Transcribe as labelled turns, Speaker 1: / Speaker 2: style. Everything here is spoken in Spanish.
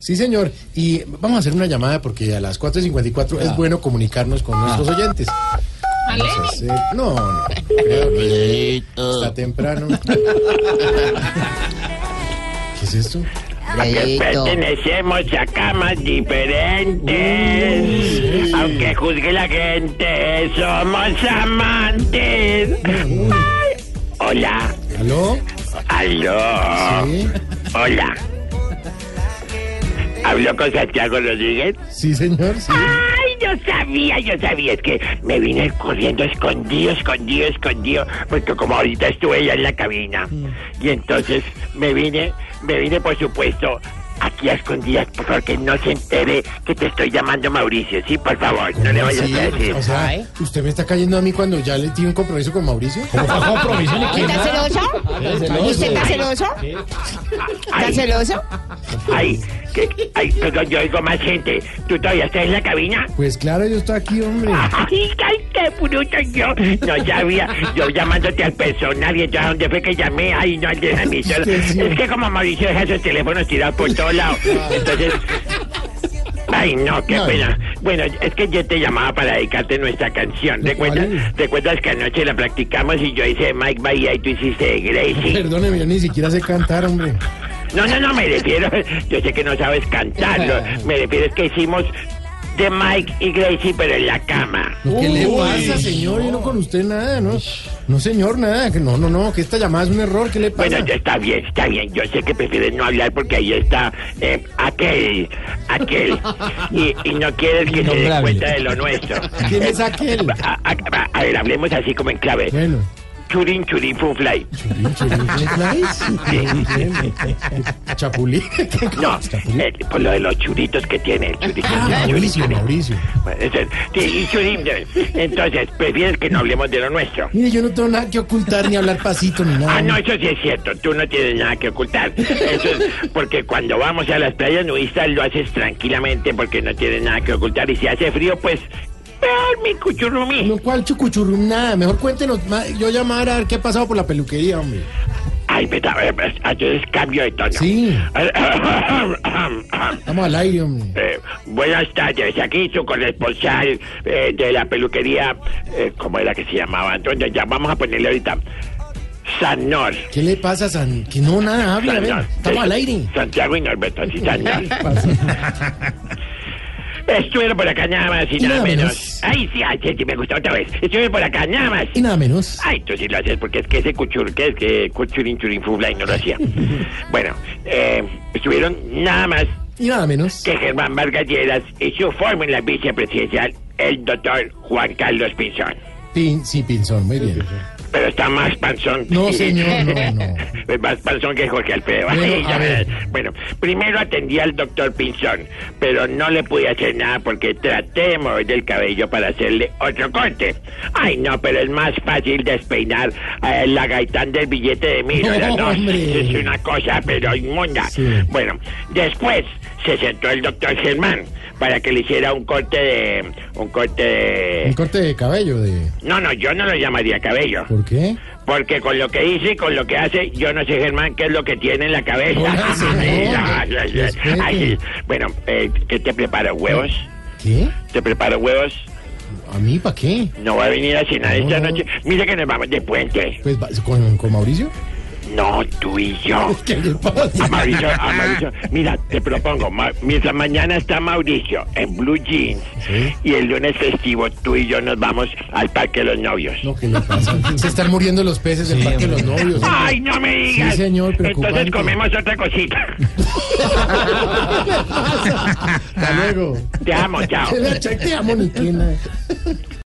Speaker 1: Sí, señor. Y vamos a hacer una llamada porque a las 4.54 es bueno comunicarnos con nuestros oyentes. Vamos a hacer- No, no. creo que Está temprano. ¿Qué es esto?
Speaker 2: que pertenecemos a camas diferentes. Aunque juzgue la gente, somos amantes. Ay, Hola,
Speaker 1: ¿Aló?
Speaker 2: aló,
Speaker 1: ¿Sí?
Speaker 2: hola. ¿Habló con Santiago Rodríguez?
Speaker 1: Sí, señor, sí.
Speaker 2: Ay, yo sabía, yo sabía, es que me vine corriendo escondido, escondido, escondido, porque como ahorita estuve ya en la cabina, y entonces me vine, me vine por supuesto aquí a escondidas, porque no se entere que te estoy llamando Mauricio, sí, por favor, no le vayas a
Speaker 1: Sí,
Speaker 2: decir.
Speaker 1: o sea, ¿usted me está cayendo a mí cuando ya le tiene un compromiso con Mauricio?
Speaker 3: ¿Está celoso? ¿Usted está celoso? ¿Está
Speaker 2: Ay,
Speaker 3: celoso?
Speaker 2: ay, que, ay, perdón, yo oigo más gente, ¿tú todavía estás en la cabina?
Speaker 1: Pues claro, yo estoy aquí, hombre.
Speaker 2: Ay, ay, qué bruto yo. No sabía. Yo llamándote al personal y entonces a dónde fue que llamé. Ay, no, al de la emisora. Es que como Mauricio deja sus teléfonos tirados por todos lados. Entonces. Ay, no, qué
Speaker 1: No.
Speaker 2: pena. Bueno, es que yo te llamaba para dedicarte nuestra canción.
Speaker 1: ¿De cuál
Speaker 2: ¿Recuerdas,
Speaker 1: es?
Speaker 2: ¿Recuerdas que anoche la practicamos y yo hice Mike Bahía y tú hiciste Gracie?
Speaker 1: Perdóneme, yo ni siquiera sé cantar, hombre.
Speaker 2: No, no, no, me refiero. Yo sé que no sabes cantarlo. Me refiero es que hicimos de Mike y Gracie, pero en la cama.
Speaker 1: ¿Qué le pasa, señor? Yo no con usted nada, ¿no? No, señor, nada. que No, no, no, que esta llamada es un error. ¿Qué le pasa?
Speaker 2: Bueno, ya está bien, está bien. Yo sé que prefieres no hablar porque ahí está eh, aquel, aquel. Y, y no quieres que se den cuenta de lo nuestro.
Speaker 1: ¿Quién es aquel?
Speaker 2: A, a- a- a ver, hablemos así como en clave.
Speaker 1: Bueno.
Speaker 2: Churin, churin, fun fly.
Speaker 1: Chulín, chulín, ¿qué es? Bien, bien. Chapulín. ¿Qué
Speaker 2: No,
Speaker 1: cosa? Chapulín.
Speaker 2: eh, por lo de los churitos que tiene. el Churin,
Speaker 1: Ah,
Speaker 2: churin, churin,
Speaker 1: Mauricio,
Speaker 2: churin.
Speaker 1: Mauricio.
Speaker 2: Bueno, entonces, sí, y churin, eh, Entonces, prefieres que no hablemos de lo nuestro.
Speaker 1: Mire, yo no tengo nada que ocultar, ni hablar pasito, ni nada.
Speaker 2: Ah, no, eso sí es cierto. Tú no tienes nada que ocultar. Eso es porque cuando vamos a las playas nudistas lo haces tranquilamente porque no tienes nada que ocultar. Y si hace frío, pues, peor mi cuchurrumí.
Speaker 1: No, cual chucuchurum, nada. Mejor cuéntenos. ma- Yo llamar a ver qué ha pasado por la peluquería, hombre.
Speaker 2: Ay, pero a ver, pues, entonces cambio de tono.
Speaker 1: Sí. Estamos al aire, hombre.
Speaker 2: Eh, buenas tardes, aquí su corresponsal eh, de la peluquería, eh, ¿cómo era que se llamaba? Entonces ya vamos a ponerle ahorita Sanor.
Speaker 1: ¿Qué le pasa, San? Que no, nada, habla, a ver.
Speaker 2: Sandor.
Speaker 1: Estamos al aire.
Speaker 2: Eh, Santiago y Norberto, sí, Sandor. Estuvieron por acá nada más y nada,
Speaker 1: nada
Speaker 2: menos.
Speaker 1: menos.
Speaker 2: Ay, sí, ay, sí, sí, me gustó otra vez. Estuvieron por acá nada más.
Speaker 1: Y nada menos.
Speaker 2: Ay, tú sí lo haces porque es que ese cuchur, que es que cuchurín, churín, fufla y no lo hacía. bueno, eh, estuvieron nada más
Speaker 1: Y nada menos.
Speaker 2: que Germán Vargas Lleras y su fórmula vicepresidencial, el doctor Juan Carlos Pinzón.
Speaker 1: Pin, sí, Pinzón, muy bien.
Speaker 2: Pero está más panzón.
Speaker 1: No, señor, no, no.
Speaker 2: Es más panzón que Jorge Alfredo. Ay,
Speaker 1: Bueno, a
Speaker 2: ya
Speaker 1: ver.
Speaker 2: verás. Bueno, primero atendí al doctor Pinzón, pero no le pude hacer nada porque traté de mover el cabello para hacerle otro corte. Ay, no, pero es más fácil despeinar eh, la gaitán del billete de mil.
Speaker 1: No,
Speaker 2: ¿verdad? No,
Speaker 1: hombre.
Speaker 2: es una cosa, pero inmunda.
Speaker 1: Sí.
Speaker 2: Bueno, después se sentó el doctor Germán para que le hiciera un corte de... Un corte
Speaker 1: Un
Speaker 2: de...
Speaker 1: corte de cabello de...
Speaker 2: No, no, yo no lo llamaría cabello.
Speaker 1: ¿Por qué?
Speaker 2: Porque con lo que dice y con lo que hace, yo no sé, Germán, qué es lo que tiene en la cabeza.
Speaker 1: Hola, señor.
Speaker 2: Ay, ay, ay.
Speaker 1: Respete.
Speaker 2: Ay, bueno, eh, ¿qué te preparo? ¿Huevos?
Speaker 1: ¿Qué?
Speaker 2: ¿Te preparo huevos?
Speaker 1: ¿A mí para qué?
Speaker 2: ¿No va a venir a cenar
Speaker 1: No,
Speaker 2: esta
Speaker 1: no.
Speaker 2: noche? Mira que nos vamos de puente.
Speaker 1: Pues va- con, con Mauricio.
Speaker 2: No, tú y yo.
Speaker 1: ¿Qué le pasa?
Speaker 2: A Mauricio, a Mauricio. Mira, te propongo, ma- mientras mañana está Mauricio en blue jeans
Speaker 1: Sí.
Speaker 2: y el lunes festivo tú y yo nos vamos al Parque de los Novios.
Speaker 1: No, ¿qué le pasa? Se están muriendo los peces del parque de los novios. hombre.
Speaker 2: Ay, no me digas.
Speaker 1: Sí, señor, preocupante.
Speaker 2: Entonces comemos otra cosita.
Speaker 1: Hasta luego.
Speaker 2: Te amo, chao.
Speaker 1: Que la chaqueamos ni qué, nada.